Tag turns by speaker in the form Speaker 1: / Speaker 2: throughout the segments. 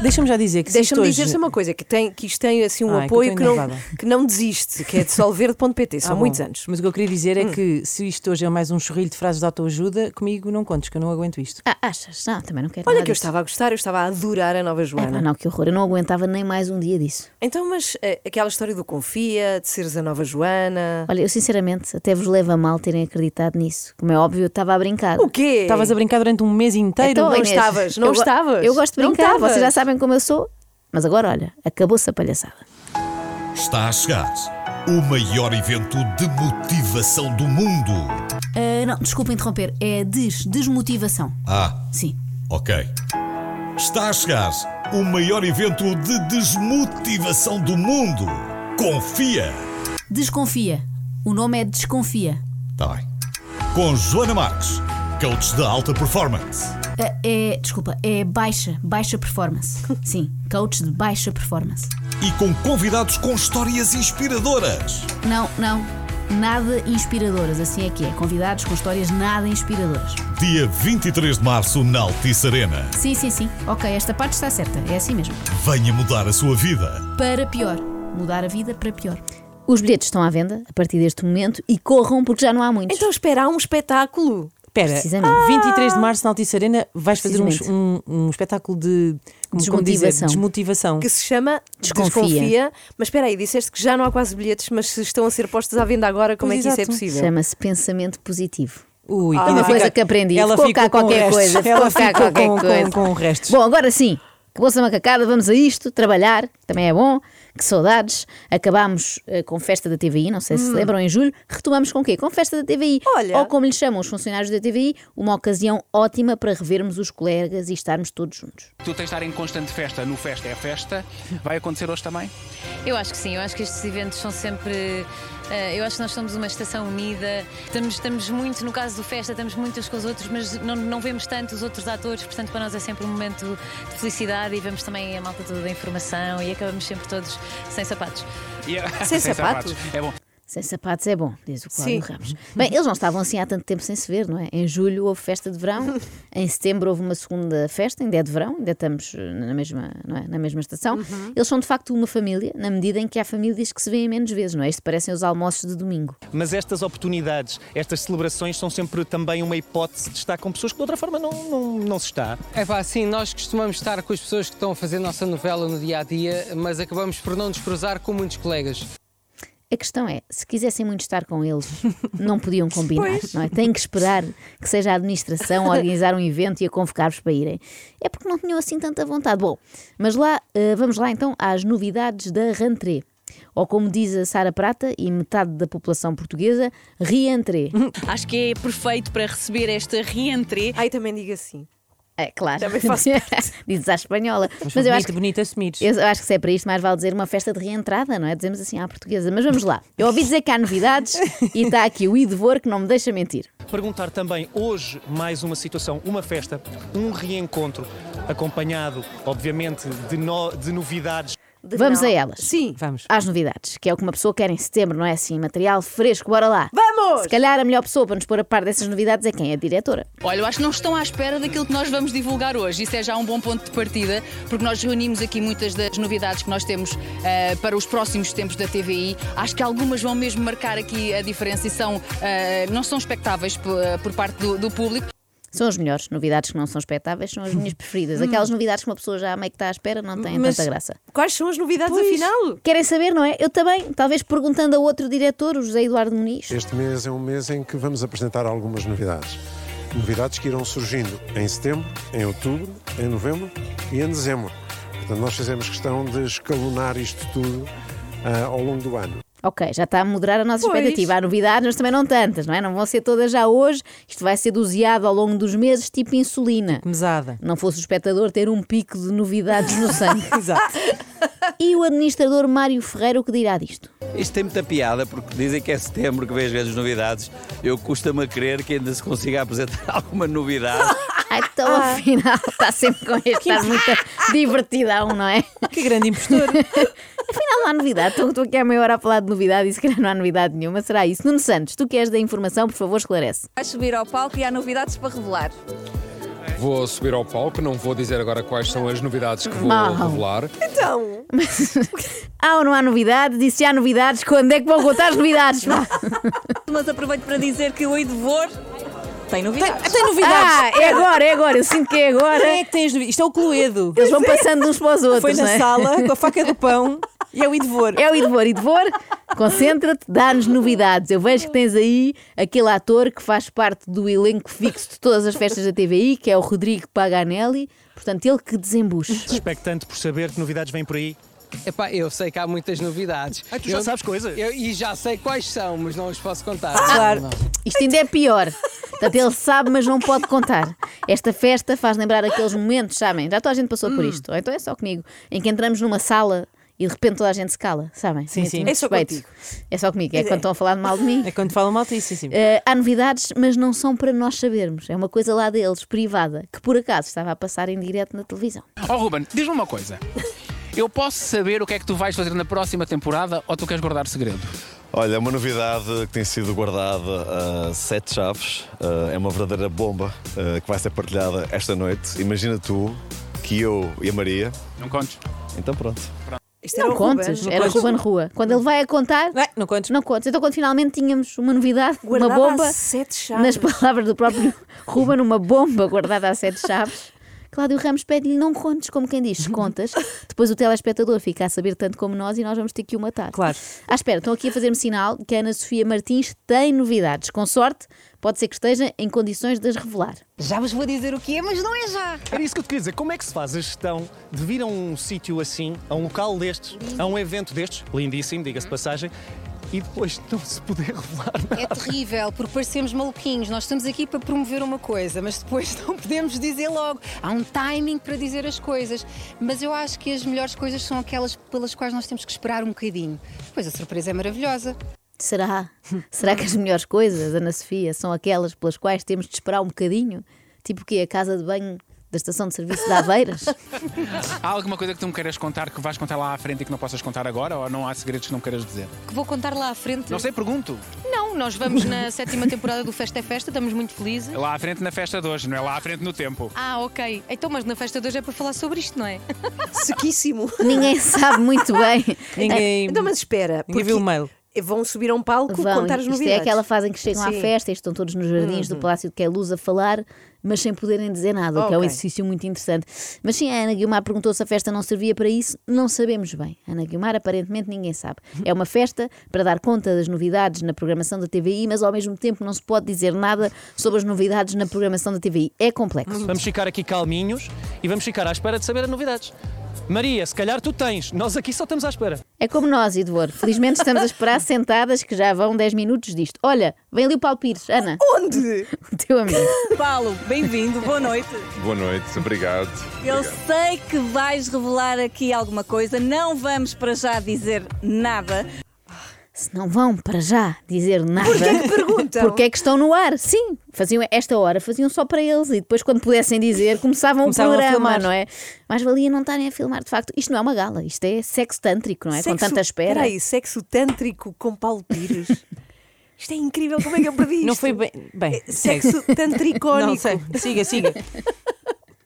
Speaker 1: Deixa-me já dizer que se
Speaker 2: Deixa-me
Speaker 1: isto
Speaker 2: dizer
Speaker 1: hoje...
Speaker 2: só uma coisa, que, tem, que isto tem assim
Speaker 1: Ai,
Speaker 2: um
Speaker 1: que eu
Speaker 2: apoio que,
Speaker 1: estou
Speaker 2: não,
Speaker 1: enervada.
Speaker 2: que não desiste, que é de solverde.pt, são
Speaker 1: Ah, bom.
Speaker 2: muitos anos.
Speaker 1: Mas o que eu queria dizer
Speaker 3: Hum.
Speaker 1: é que se isto hoje é mais um chorrilho de frases de autoajuda, comigo não contes, que eu não aguento isto.
Speaker 3: Ah, achas? Não, também não quero
Speaker 2: Olha
Speaker 3: nada
Speaker 2: que eu
Speaker 3: disso.
Speaker 2: estava a gostar, eu estava a adorar a nova
Speaker 3: É, pá,
Speaker 2: Joana.
Speaker 3: não, que horror. Eu não aguentava nem mais um dia disso.
Speaker 2: então, mas eh, aquela história do confia, de seres a nova Joana.
Speaker 3: Olha, eu sinceramente até vos levo a mal terem acreditado nisso. Como é óbvio, eu estava a brincar.
Speaker 2: O quê?
Speaker 1: Estavas a brincar durante um mês inteiro.
Speaker 3: É. Então,
Speaker 2: não
Speaker 3: Inês,
Speaker 2: estavas, não
Speaker 3: eu go-
Speaker 2: estavas.
Speaker 3: Eu gosto de
Speaker 2: Não
Speaker 3: brincar,
Speaker 2: estavas.
Speaker 3: vocês já sabem como eu sou. Mas agora, olha, acabou-se a palhaçada.
Speaker 4: Está a chegar o maior evento de motivação do mundo.
Speaker 5: Ah, não, desculpa interromper. É des, desmotivação.
Speaker 4: Ah,
Speaker 5: Sim.
Speaker 4: ok. Está a chegar o maior evento de desmotivação do mundo. Confia.
Speaker 5: Desconfia. O nome é desconfia.
Speaker 4: Tá bem. Com Joana Marques, coach da alta performance.
Speaker 5: Ah, é, desculpa, é baixa, baixa performance. Sim, coach de baixa performance.
Speaker 4: E com convidados com histórias inspiradoras.
Speaker 5: Não, não. Nada inspiradoras, assim é que é. Convidados com histórias nada inspiradoras.
Speaker 4: Dia 23 de março na Altice Arena.
Speaker 5: Sim, sim, sim. Ok, esta parte está certa. É assim mesmo.
Speaker 4: Venha mudar a sua vida.
Speaker 5: Para pior. Mudar a vida para pior.
Speaker 3: Os bilhetes estão à venda a partir deste momento e corram porque já não há muitos.
Speaker 2: Então espera, há um espetáculo.
Speaker 1: Espera,
Speaker 3: é, Precisamente. Ah!
Speaker 1: 23 de março na Altice Arena vais fazer um,
Speaker 3: Precisamente.
Speaker 1: um- um espetáculo de como, é como dizer,
Speaker 3: Desmotivação.
Speaker 1: desmotivação.
Speaker 2: Que se chama
Speaker 3: Desconfia.
Speaker 2: Mas espera aí, disseste que já não há quase bilhetes, mas se estão a ser postos à venda agora, como
Speaker 1: Pois,
Speaker 2: é que isso é
Speaker 1: exato.
Speaker 2: possível?
Speaker 3: Chama-se pensamento positivo.
Speaker 1: Ui,
Speaker 3: uma
Speaker 1: ainda
Speaker 3: coisa que aprendi.
Speaker 1: Ela
Speaker 3: Ficou
Speaker 1: ficou
Speaker 3: cá
Speaker 1: com
Speaker 3: qualquer
Speaker 1: restos.
Speaker 3: coisa, ficou
Speaker 1: Ela
Speaker 3: cá
Speaker 1: ficou
Speaker 3: qualquer
Speaker 1: com,
Speaker 3: coisa.
Speaker 1: Com, com restos.
Speaker 3: Bom, agora sim, acabou-se a macacada, vamos a isto, trabalhar, também é bom, que saudades. Acabámos eh, com festa da TVI, não sei se
Speaker 5: Hum.
Speaker 3: se lembram, em julho. Retomamos com o quê? Com festa da TVI.
Speaker 2: Olha.
Speaker 3: Ou como lhe chamam os funcionários da TVI, uma ocasião ótima para revermos os colegas e estarmos todos juntos.
Speaker 6: Tu tens de estar em constante festa, no Festa é Festa. Vai acontecer hoje também?
Speaker 7: Eu acho que sim, eu acho que estes eventos são sempre. eh, eu acho que nós somos uma estação unida, estamos, estamos muito, no caso do Festa, estamos muito uns com os outros, mas não, não vemos tanto os outros atores, portanto para nós é sempre um momento de felicidade e vemos também a malta toda da informação e acabamos sempre todos sem sapatos.
Speaker 6: E é-
Speaker 2: Sem sapatos?
Speaker 6: É bom.
Speaker 3: Sem sapatos é bom, diz o Cláudio
Speaker 2: Sim.
Speaker 3: Ramos. Bem, eles não estavam assim há tanto tempo sem se ver, não é? Em julho houve festa de verão, em setembro houve uma segunda festa, ainda é de verão, ainda estamos eh, na mesma, não é? na mesma estação.
Speaker 2: Uhum.
Speaker 3: Eles são de facto uma família, na medida em que há famílias que se veem menos vezes, não é? Isto parecem os almoços de domingo.
Speaker 8: Mas estas oportunidades, estas celebrações são sempre também uma hipótese de estar com pessoas que de outra forma não, não, não se está.
Speaker 9: É pá, sim, nós costumamos estar com as pessoas que estão a fazer nossa novela no dia a dia, mas acabamos por não nos cruzar com muitos colegas.
Speaker 3: A questão é, se quisessem muito estar com eles, não podiam combinar, não é? Têm que esperar que seja a administração a organizar um evento e a convocar-vos para irem. É porque não tinham assim tanta vontade. Bom, mas lá, eh, vamos lá então às novidades da rentrée. Ou como diz a Sara Prata e metade da população portuguesa, reentrée.
Speaker 10: Acho que é perfeito para receber esta reentrée.
Speaker 2: Ai, também diga assim.
Speaker 3: É claro.
Speaker 2: Também faço
Speaker 3: Dizes à espanhola.
Speaker 1: Mas
Speaker 3: Mas,
Speaker 1: foi
Speaker 3: eu
Speaker 1: bonito,
Speaker 3: acho que
Speaker 1: bonito assumires.
Speaker 3: Eu acho que se é para isto, mais vale dizer uma festa de reentrada, não é? Dizemos assim à portuguesa. Mas vamos lá. Eu ouvi dizer que há novidades e está aqui o Idevor que não me deixa mentir.
Speaker 8: Perguntar também hoje mais uma situação, uma festa, um reencontro, acompanhado, obviamente, de, no- de novidades.
Speaker 2: De
Speaker 3: Vamos
Speaker 2: verão.
Speaker 3: a elas.
Speaker 2: Sim.
Speaker 1: Vamos.
Speaker 3: Às novidades, que é o que uma pessoa quer em setembro, não é assim? Material fresco, bora lá.
Speaker 2: Vamos!
Speaker 3: Se calhar a melhor pessoa para nos pôr a par dessas novidades é quem? A diretora.
Speaker 10: Olha, eu acho que não estão à espera daquilo que nós vamos divulgar hoje. Isso é já um bom ponto de partida, porque nós reunimos aqui muitas das novidades que nós temos ah, para os próximos tempos da TVI. Acho que algumas vão mesmo marcar aqui a diferença e são, ah, não são espectáveis por, por parte do- do público.
Speaker 3: São as melhores novidades que não são espectáveis, são as minhas preferidas.
Speaker 2: Hum.
Speaker 3: Aquelas novidades que uma pessoa já meio que está à espera não têm
Speaker 1: Mas-
Speaker 3: tanta graça.
Speaker 2: Quais são as novidades afinal?
Speaker 3: Querem saber, não é? Eu também, talvez perguntando a outro diretor, o José Eduardo Muniz.
Speaker 11: Este mês é um mês em que vamos apresentar algumas novidades. Novidades que irão surgindo em setembro, em outubro, em novembro e em dezembro. Portanto, nós fizemos questão de escalonar isto tudo ah, ao longo do ano.
Speaker 3: Ok, já está a moderar a nossa
Speaker 2: Pois.
Speaker 3: expectativa. Há novidades, mas também não tantas, não é? Não vão ser todas já hoje. Isto vai ser doseado ao longo dos meses, tipo insulina.
Speaker 1: Mesada.
Speaker 3: Não fosse o espectador ter um pico de novidades no sangue.
Speaker 1: Exato.
Speaker 3: E o administrador Mário Ferreira, o que dirá disto?
Speaker 8: Isto tem muita piada, porque dizem que é setembro que vem as grandes novidades. Eu custa-me a crer que ainda se consiga apresentar alguma novidade.
Speaker 3: Ai, então afinal está sempre com este ar muito divertidão, não é?
Speaker 1: Que grande impostor.
Speaker 3: Afinal não há novidade. Estou, estou aqui há meia hora a falar de novidade e se calhar não há novidade nenhuma. Será isso? Nuno Santos, tu que és da informação, por favor, esclarece.
Speaker 10: Vais subir ao palco e há novidades para revelar.
Speaker 12: vou subir ao palco, não vou dizer agora quais são as novidades que vou
Speaker 3: Mau.
Speaker 12: revelar.
Speaker 2: Então.
Speaker 3: há Ah, ou não há novidade? Disse se há novidades, quando é que vão contar as novidades? pá?
Speaker 13: Mas aproveito para dizer que o Idevor tem novidades. Tem,
Speaker 3: Ah, é agora, é agora, eu sinto que é agora.
Speaker 1: É, tens novi- Isto é o Cluedo.
Speaker 3: Eles vão passando uns para os outros.
Speaker 1: Foi na
Speaker 3: não é?
Speaker 1: sala com a faca do pão e é o Idevor.
Speaker 3: É o Idevor. Idevor, concentra-te, dá-nos novidades. Eu vejo que tens aí aquele ator que faz parte do elenco fixo de todas as festas da TVI, que é o Rodrigo Paganelli. Portanto, ele que desembucha.
Speaker 8: Expectante por saber que novidades vêm por aí.
Speaker 9: Epá, eu sei que há muitas novidades.
Speaker 8: Ah, tu já
Speaker 9: Eu-
Speaker 8: sabes coisas?
Speaker 9: Eu, e já sei quais são, mas não os posso contar.
Speaker 3: Claro.
Speaker 9: Não.
Speaker 3: Isto ainda é pior. Portanto, ele sabe, mas não pode contar. Esta festa faz lembrar aqueles momentos, sabem? Já toda a gente passou por
Speaker 13: Hum.
Speaker 3: isto, ou então é só comigo, em que entramos numa sala e de repente toda a gente se cala, sabem?
Speaker 1: Sim,
Speaker 3: Muito
Speaker 1: sim.
Speaker 3: muito
Speaker 1: É só
Speaker 3: suspeito.
Speaker 1: contigo.
Speaker 3: É só comigo, é,
Speaker 1: É.
Speaker 3: quando estão a falar mal de mim.
Speaker 1: É quando falam mal de isso, sim.
Speaker 3: Eh, há novidades, mas não são para nós sabermos. É uma coisa lá deles, privada, que por acaso estava a passar em direto na televisão.
Speaker 6: Ó Ruben, diz-me uma coisa. Eu posso saber o que é que tu vais fazer na próxima temporada ou tu queres guardar segredo?
Speaker 14: Olha, uma novidade que tem sido guardada a Ah, sete chaves. ah, é uma verdadeira bomba ah, que vai ser partilhada esta noite. Imagina tu que eu e a Maria.
Speaker 6: Não contes.
Speaker 14: Então pronto.
Speaker 3: não contes, era o Ruben Rua. Quando ele vai a contar, não, é?
Speaker 1: é? contes.
Speaker 3: não contes. Então, quando finalmente tínhamos uma novidade, uma
Speaker 2: Guardava
Speaker 3: bomba,
Speaker 2: a sete
Speaker 3: nas
Speaker 2: chaves.
Speaker 3: palavras do próprio Ruben, uma bomba guardada a sete chaves. Cláudio Ramos pede-lhe não contes, como quem diz, se contas. Depois o telespectador fica a saber tanto como nós e nós vamos ter que o matar.
Speaker 1: Claro.
Speaker 3: Ah, espera, estão aqui a fazer-me sinal que a Ana Sofia Martins tem novidades. Com sorte, pode ser que esteja em condições de as revelar.
Speaker 13: Já vos vou dizer o que é, mas não é já.
Speaker 8: Era isso que eu te queria dizer. Como é que se faz a gestão de vir a um sítio assim, a um local destes, a um evento destes, lindíssimo, diga-se de passagem, e depois não se poder revelar?
Speaker 13: É terrível, porque parecemos maluquinhos. Nós estamos aqui para promover uma coisa, mas depois não podemos dizer logo. Há um timing para dizer as coisas. Mas eu acho que as melhores coisas são aquelas pelas quais nós temos que esperar um bocadinho. Pois a surpresa é maravilhosa.
Speaker 3: Será? Será que as melhores coisas, Ana Sofia, são aquelas pelas quais temos de esperar um bocadinho? Tipo o quê? A casa de banho da estação de serviço de Aveiras?
Speaker 6: Há alguma coisa que tu me queiras contar que vais contar lá à frente e que não possas contar agora ou não há segredos que não queiras dizer?
Speaker 13: Que vou contar lá à frente.
Speaker 6: Não sei, pergunto.
Speaker 13: Não, nós vamos na sétima temporada do Festa é Festa, estamos muito felizes.
Speaker 6: Lá à frente na festa de hoje, não é lá à frente no tempo.
Speaker 13: Ah, ok. Então, mas na festa de hoje é para falar sobre isto, não é?
Speaker 2: Sequíssimo.
Speaker 3: Ninguém sabe muito bem.
Speaker 2: Ninguém- Então, mas espera, ninguém viu porque- o mail. Vão subir a um palco
Speaker 3: Vão,
Speaker 2: contar as
Speaker 3: isto
Speaker 2: novidades.
Speaker 3: é aquela fase em que chegam
Speaker 2: Sim.
Speaker 3: à festa e estão todos nos jardins
Speaker 2: Uhum.
Speaker 3: do Palácio de Queluz a falar, mas sem poderem dizer nada, o que é um
Speaker 2: Ok.
Speaker 3: exercício muito interessante. Mas sim, a Ana Guilmar perguntou se a festa não servia para isso, não sabemos bem. A Ana Guilmar, aparentemente, ninguém sabe. É uma festa para dar conta das novidades na programação da TVI, mas ao mesmo tempo não se pode dizer nada sobre as novidades na programação da TVI. É complexo.
Speaker 8: Vamos ficar aqui calminhos e vamos ficar à espera de saber as novidades. Maria, se calhar tu tens, nós aqui só estamos à espera.
Speaker 3: É como nós, Eduardo. Felizmente estamos a esperar sentadas que já vão 10 minutos disto. Olha, vem ali o Paulo Pires, Ana.
Speaker 13: Onde?
Speaker 3: O teu amigo.
Speaker 13: Paulo, bem-vindo, boa noite.
Speaker 15: Boa noite, obrigado.
Speaker 13: Eu
Speaker 15: Obrigado.
Speaker 13: sei que vais revelar aqui alguma coisa, não vamos para já dizer nada.
Speaker 3: se não vão para já dizer nada.
Speaker 13: Porquê que perguntam?
Speaker 3: Porque é que estão no ar? Sim, faziam esta hora, faziam só para eles e depois, quando pudessem dizer, começavam,
Speaker 1: Começavam a
Speaker 3: o programa,
Speaker 1: filmar.
Speaker 3: não é? Mas valia não estarem a filmar, de facto. Isto não é uma gala, isto é sexo tântrico, não é? Com tanta espera.
Speaker 2: Peraí, sexo tântrico com Paulo Pires. Isto é incrível, como é que eu perdi isto?
Speaker 1: Não foi bem. bem
Speaker 2: É sexo
Speaker 1: segue.
Speaker 2: tantricónico.
Speaker 1: Não sei. Siga, siga.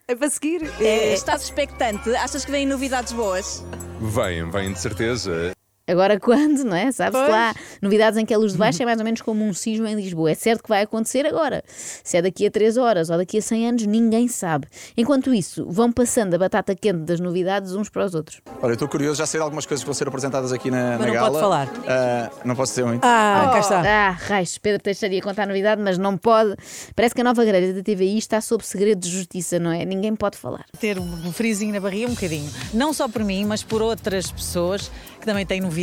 Speaker 2: É para seguir?
Speaker 13: Eh, Estás expectante? Achas que vêm novidades boas?
Speaker 15: Vêm, vêm de certeza.
Speaker 3: Agora quando, não é? Sabes
Speaker 15: Pois.
Speaker 3: lá, novidades em que a luz de baixo é mais ou menos como um sismo em Lisboa. É certo que vai acontecer agora. Se é daqui a 3 horas ou daqui a 100 anos, ninguém sabe. Enquanto isso, vão passando a batata quente das novidades uns para os outros.
Speaker 16: Olha, eu estou curioso, já sei de algumas coisas que vão ser apresentadas aqui na,
Speaker 3: Mas
Speaker 16: na
Speaker 3: não
Speaker 16: gala.
Speaker 3: pode falar.
Speaker 16: Ah, não posso dizer muito.
Speaker 3: Ah, raios, Pedro Teixeira ia contar novidade, mas não pode. Parece que a nova grelha da TVI está sob segredo de justiça, não é? Ninguém pode falar.
Speaker 17: ter um friozinho na barriga um bocadinho. Não só por mim, mas por outras pessoas que também têm novidades.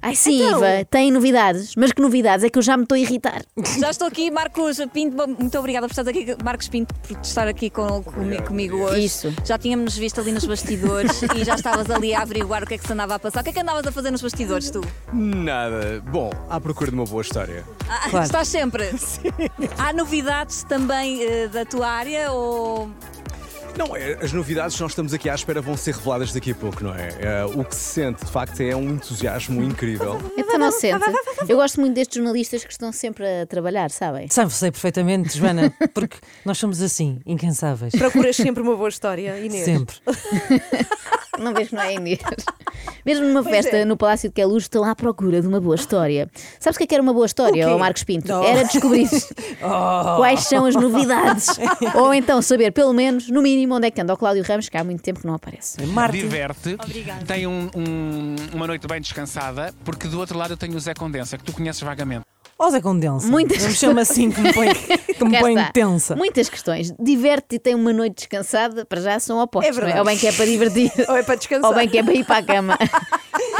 Speaker 3: Ai sim, Iva, tem novidades, mas que novidades? É que eu já me estou a irritar.
Speaker 13: Já estou aqui, Marcos Pinto. bom, Muito obrigada por estar aqui, Marcos Pinto, por estar aqui com- comi- comigo hoje.
Speaker 3: Isso.
Speaker 13: Já tínhamos visto ali nos bastidores e já estavas ali a averiguar o que é que se andava a passar. O que é que andavas a fazer nos bastidores, tu?
Speaker 18: Nada. Bom, à procura de uma boa história.
Speaker 13: Ah, Estás sempre? Há novidades também eh, da tua área ou
Speaker 18: Não, é, as novidades que nós estamos aqui à espera vão ser reveladas daqui a pouco, não é? É, o que se sente, de facto, é um entusiasmo incrível.
Speaker 3: É tão inocente. Eu gosto muito destes jornalistas que estão sempre a trabalhar, sabem?
Speaker 1: Sabe, sei perfeitamente, Joana, porque nós somos assim, incansáveis.
Speaker 2: Procuras sempre uma boa história, Inês.
Speaker 1: Sempre.
Speaker 3: Não vês que não é Inês. Mesmo numa festa no Palácio de Queluz, estão à procura de uma boa história. Sabes o que é que era uma boa história, ó Marcos Pinto?
Speaker 1: Não.
Speaker 3: Era descobrir Oh. quais são as novidades. Ou então saber, pelo menos, no mínimo, onde é que anda o Cláudio Ramos, que há muito tempo que não aparece.
Speaker 6: Diverte. Eh, Tem um- um- uma noite bem descansada, porque do outro lado eu tenho o Zé Condensa, que tu conheces vagamente.
Speaker 1: Ó Zé Condensa.
Speaker 3: Muitas
Speaker 1: Não me chama assim que me põe, que me
Speaker 3: Cá
Speaker 1: põe
Speaker 3: está.
Speaker 1: tensa.
Speaker 3: Muitas questões. Diverte-te e tem uma noite descansada, para já são opostos.
Speaker 1: É verdade.
Speaker 3: não Ou bem que é para divertir, ou é para descansar, ou bem que é para ir para a cama.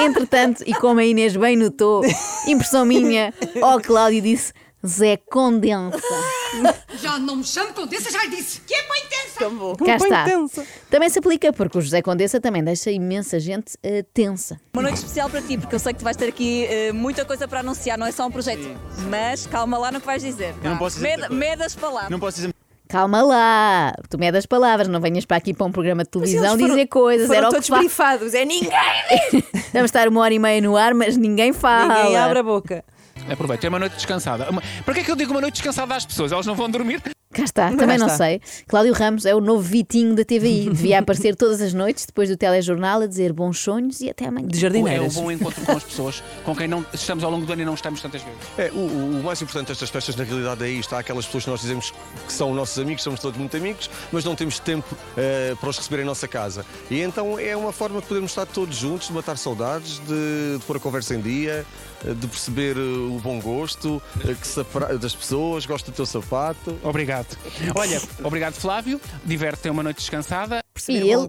Speaker 3: Entretanto, e como a Inês bem notou, impressão minha, ó Cláudio disse: Zé condensa.
Speaker 19: Já não me chamo Condessa, já lhe disse. Que é mãe tensa.
Speaker 3: Cá está. Também se aplica, porque o José Condessa também deixa imensa gente eh, tensa.
Speaker 20: Uma noite especial para ti, porque eu sei que tu vais ter aqui eh, muita coisa para anunciar, não é só um projeto. Mas calma lá no que vais dizer.
Speaker 3: Eu não
Speaker 20: Vá.
Speaker 3: posso dizer
Speaker 20: Medo-
Speaker 3: muita
Speaker 20: Medo das palavras.
Speaker 16: Não posso dizer.
Speaker 3: Calma lá, tu medas palavras, não venhas para aqui para um programa de
Speaker 2: Mas
Speaker 3: televisão
Speaker 2: eles foram-
Speaker 3: dizer coisas.
Speaker 2: foram
Speaker 3: era o que
Speaker 2: todos
Speaker 3: fa-
Speaker 2: brifados, é ninguém.
Speaker 3: Vamos estar uma hora e meia no ar, mas ninguém fala.
Speaker 6: Ninguém abre a
Speaker 1: boca.
Speaker 6: Aproveita, é uma noite descansada. Uma- Para que é que eu digo uma noite descansada às pessoas? Elas não vão dormir?
Speaker 3: Cá está,
Speaker 6: Cá
Speaker 3: também não
Speaker 6: está.
Speaker 3: sei. Cláudio Ramos é o novo Vitinho da TVI. Devia aparecer todas as noites depois do telejornal a dizer bons sonhos e até amanhã.
Speaker 6: É um bom encontro com as pessoas com quem não estamos ao longo do ano e não estamos tantas vezes.
Speaker 21: É, o, o- o mais importante destas festas, na realidade, é isto. Há aquelas pessoas que nós dizemos que são nossos amigos, somos todos muito amigos, mas não temos tempo eh, para os receber em nossa casa. E então é uma forma de podermos estar todos juntos, de matar saudades, Eh, de, de pôr a conversa em dia, eh, de perceber eh, o bom gosto eh, que se apra- das pessoas, gosto do teu sapato.
Speaker 6: Obrigado. Olha, obrigado Flávio, diverte-te é uma noite descansada.
Speaker 3: E ele,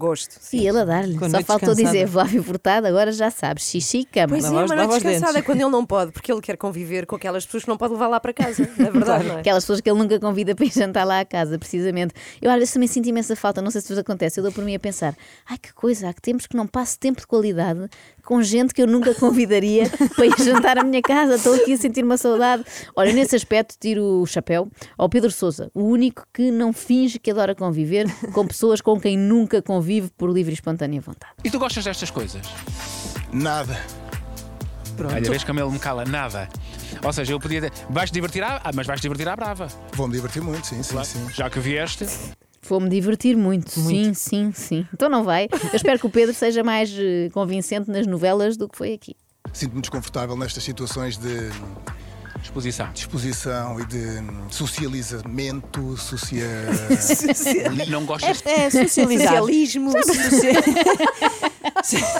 Speaker 3: e ele a dar-lhe.
Speaker 6: Com
Speaker 3: Só
Speaker 6: noite
Speaker 3: faltou
Speaker 6: descansada.
Speaker 3: dizer Flávio Furtado, agora já sabes. Xixi, e cama.
Speaker 2: Pois é, uma noite descansada quando ele não pode, porque ele quer conviver com aquelas pessoas que não pode levar lá para casa. Na verdade, não é?
Speaker 3: Aquelas pessoas que ele nunca convida para ir jantar lá à casa, precisamente. Eu às vezes também sinto imensa falta, não sei se vos acontece, eu dou por mim a pensar: ai que coisa, há que temos que não passo tempo de qualidade com gente que eu nunca convidaria para ir jantar à minha casa, estou aqui a sentir uma saudade. Olha, nesse aspecto, tiro o chapéu ao Pedro Souza, o único que não finge que adora conviver com pessoas com quem nunca convive por livre e espontânea vontade.
Speaker 6: E tu gostas destas coisas?
Speaker 21: Nada.
Speaker 6: Pronto. Olha, vês como ele me cala? Nada. Ou seja, eu podia. dizer, Vais-te divertir à... ah, mas vais-te divertir à brava.
Speaker 21: Vão-me divertir muito, sim, sim, sim.
Speaker 6: Já que vieste.
Speaker 3: Vou-me divertir muito. Sim, sim, sim. Então não vai. Eu espero que o Pedro seja mais eh, convincente nas novelas do que foi aqui.
Speaker 22: Sinto-me desconfortável nestas situações de
Speaker 6: exposição,
Speaker 22: exposição e de socializamento, socia...
Speaker 6: Não gostas
Speaker 3: É, é, socializar.
Speaker 2: Socialismo.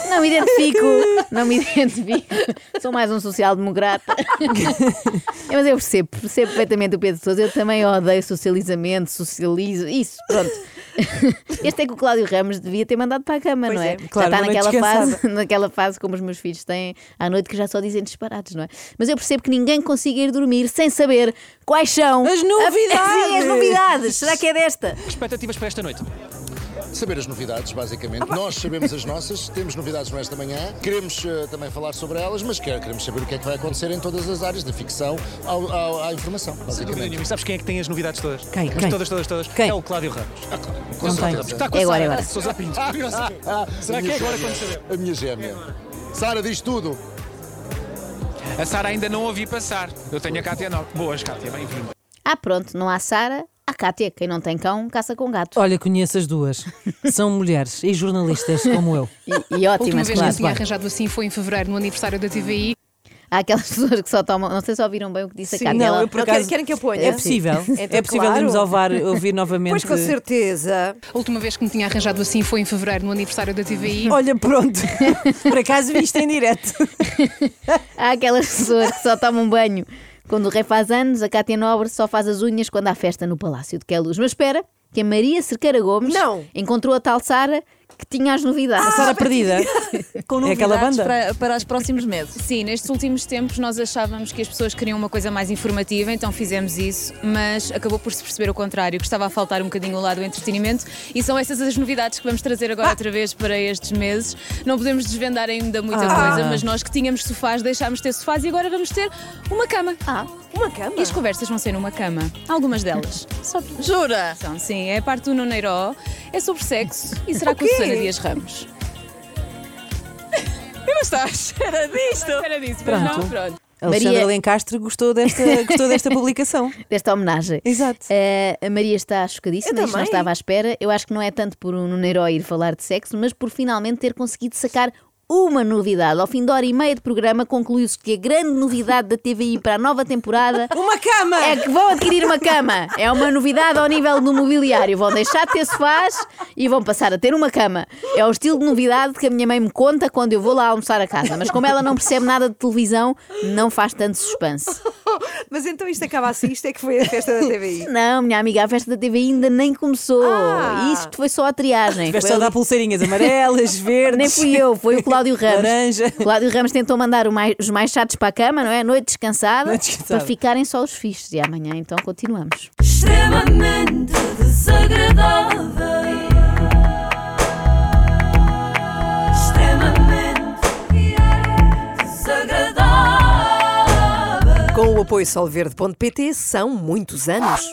Speaker 3: Não me identifico, não me identifico. Sou mais um social-democrata. É, Mas eu percebo, percebo perfeitamente o Pedro Sousa. Eu também odeio socializamento, socializo. Isso, pronto. Este é que o Cláudio Ramos devia ter mandado para a cama,
Speaker 2: Pois
Speaker 3: não é?
Speaker 2: é, claro,
Speaker 3: já está
Speaker 2: uma noite
Speaker 3: naquela fase,
Speaker 2: descansada.
Speaker 3: naquela fase como os meus filhos têm à noite que já só dizem disparados, não é? Mas eu percebo que ninguém consiga ir dormir sem saber quais são as
Speaker 23: novidades!
Speaker 3: Sim, as novidades. Será que é desta?
Speaker 23: Expectativas para esta noite? Saber as novidades, basicamente. Nós sabemos as nossas, temos novidades nesta manhã, queremos eh, também falar sobre elas, mas quer- queremos saber o que é que vai acontecer em todas as áreas, da ficção ao- ao- à informação,
Speaker 8: dúvida
Speaker 23: basicamente.
Speaker 8: nenhuma. E Sabes quem é que tem as novidades todas?
Speaker 23: Quem?
Speaker 8: Mas
Speaker 23: Quem?
Speaker 8: Todas, todas, todas. É o Cláudio Ramos. Ah, claro.
Speaker 23: Com Não certeza. tem.
Speaker 8: Está com a
Speaker 23: É agora,
Speaker 8: Sara
Speaker 23: é agora.
Speaker 8: Sousa Pinto.
Speaker 23: A
Speaker 8: Será que
Speaker 23: minha
Speaker 8: é agora
Speaker 23: gêmea.
Speaker 8: quando sabemos?
Speaker 23: A minha gêmea. Sara, diz tudo.
Speaker 6: A Sara ainda não ouvi passar. Eu tenho a Cátia Norte. Boas, Cátia, bem-vinda.
Speaker 3: Ah, pronto, não há Sara, há Cátia. Quem não tem cão, caça com gato.
Speaker 1: Olha, conheço as duas. São mulheres e jornalistas como eu.
Speaker 3: E, e
Speaker 1: A
Speaker 3: ótimas,
Speaker 1: última vez que
Speaker 3: claro.
Speaker 1: eu tinha
Speaker 19: arranjado assim foi em fevereiro, no aniversário da TVI.
Speaker 3: Há aquelas pessoas que só tomam. Não sei se ouviram bem o que disse
Speaker 1: Sim.
Speaker 3: a Cátia.
Speaker 1: Não,
Speaker 3: Ela-
Speaker 1: eu por acaso- É possível.
Speaker 19: Então,
Speaker 1: é possível
Speaker 19: claro.
Speaker 1: irmos ao VAR ouvir novamente.
Speaker 19: Pois, com
Speaker 2: certeza.
Speaker 19: A última vez que me tinha arranjado assim foi em fevereiro, no aniversário da TVI.
Speaker 1: Olha, pronto. Por acaso viste em direto.
Speaker 3: Há aquelas pessoas que só tomam banho quando o rei faz anos, a Cátia Nobre só faz as unhas quando há festa no Palácio de Queluz. Mas espera, que a Maria Cerqueira Gomes encontrou a tal Sara que tinha as novidades.
Speaker 1: A Ah, Sara Perdida.
Speaker 4: com
Speaker 1: É aquela
Speaker 4: novidades
Speaker 1: banda?
Speaker 4: Para, para os próximos meses. Sim, nestes últimos tempos nós achávamos que as pessoas queriam uma coisa mais informativa, então fizemos isso, mas acabou por se perceber o contrário, que estava a faltar um bocadinho o lado do entretenimento e são essas as novidades que vamos trazer agora outra vez para estes meses. Não podemos desvendar ainda muita
Speaker 5: Ah.
Speaker 4: coisa, mas nós que tínhamos sofás deixámos de ter sofás e agora vamos ter uma cama. Ah,
Speaker 2: uma cama?
Speaker 4: E as conversas vão ser numa cama, algumas delas. Só Jura? sim, é a parte do Nuneiró, é sobre sexo e será
Speaker 2: O
Speaker 4: com a
Speaker 2: quê?
Speaker 4: Susana Dias Ramos. Eu não estava à espera disto. Não espera disso, mas
Speaker 1: Pronto.
Speaker 4: não, pronto.
Speaker 1: Alexandra
Speaker 3: Maria-
Speaker 1: Lencastre gostou desta, gostou desta publicação.
Speaker 3: Desta homenagem. Exato. a Maria está chocadíssima,
Speaker 1: Eu
Speaker 3: isto não
Speaker 1: também.
Speaker 3: estava à espera. Eu acho que não é tanto por um Nuneiro ir falar de sexo, mas por finalmente ter conseguido sacar uma novidade. Ao fim de hora e meia de programa, concluiu-se que a grande novidade da TVI para a nova temporada.
Speaker 1: Uma cama!
Speaker 3: É que vão adquirir uma cama. É uma novidade ao nível do mobiliário. Vão deixar de ter sofás e vão passar a ter uma cama. É o estilo de novidade que a minha mãe me conta quando eu vou lá almoçar a casa. Mas como ela não percebe nada de televisão, não faz tanto suspense.
Speaker 2: Mas então isto acaba assim, isto é que foi a festa da TVI.
Speaker 3: Não, minha amiga, a festa da TV ainda nem começou.
Speaker 2: Ah.
Speaker 3: Isso foi só a triagem.
Speaker 1: Tiveste
Speaker 3: Foi
Speaker 1: só a
Speaker 3: ali-
Speaker 1: dar pulseirinhas amarelas, verdes.
Speaker 3: Nem fui eu, foi o Cláudio Ramos.
Speaker 1: Laranja.
Speaker 3: O Cláudio Ramos tentou mandar o mais- os mais chatos para a cama, não é? Noite descansada,
Speaker 1: Noite descansada.
Speaker 3: para ficarem só os fixos. E amanhã então continuamos.
Speaker 7: Extremamente desagradável. Extremamente desagradável.
Speaker 2: Com o apoio solverde.pt são muitos anos.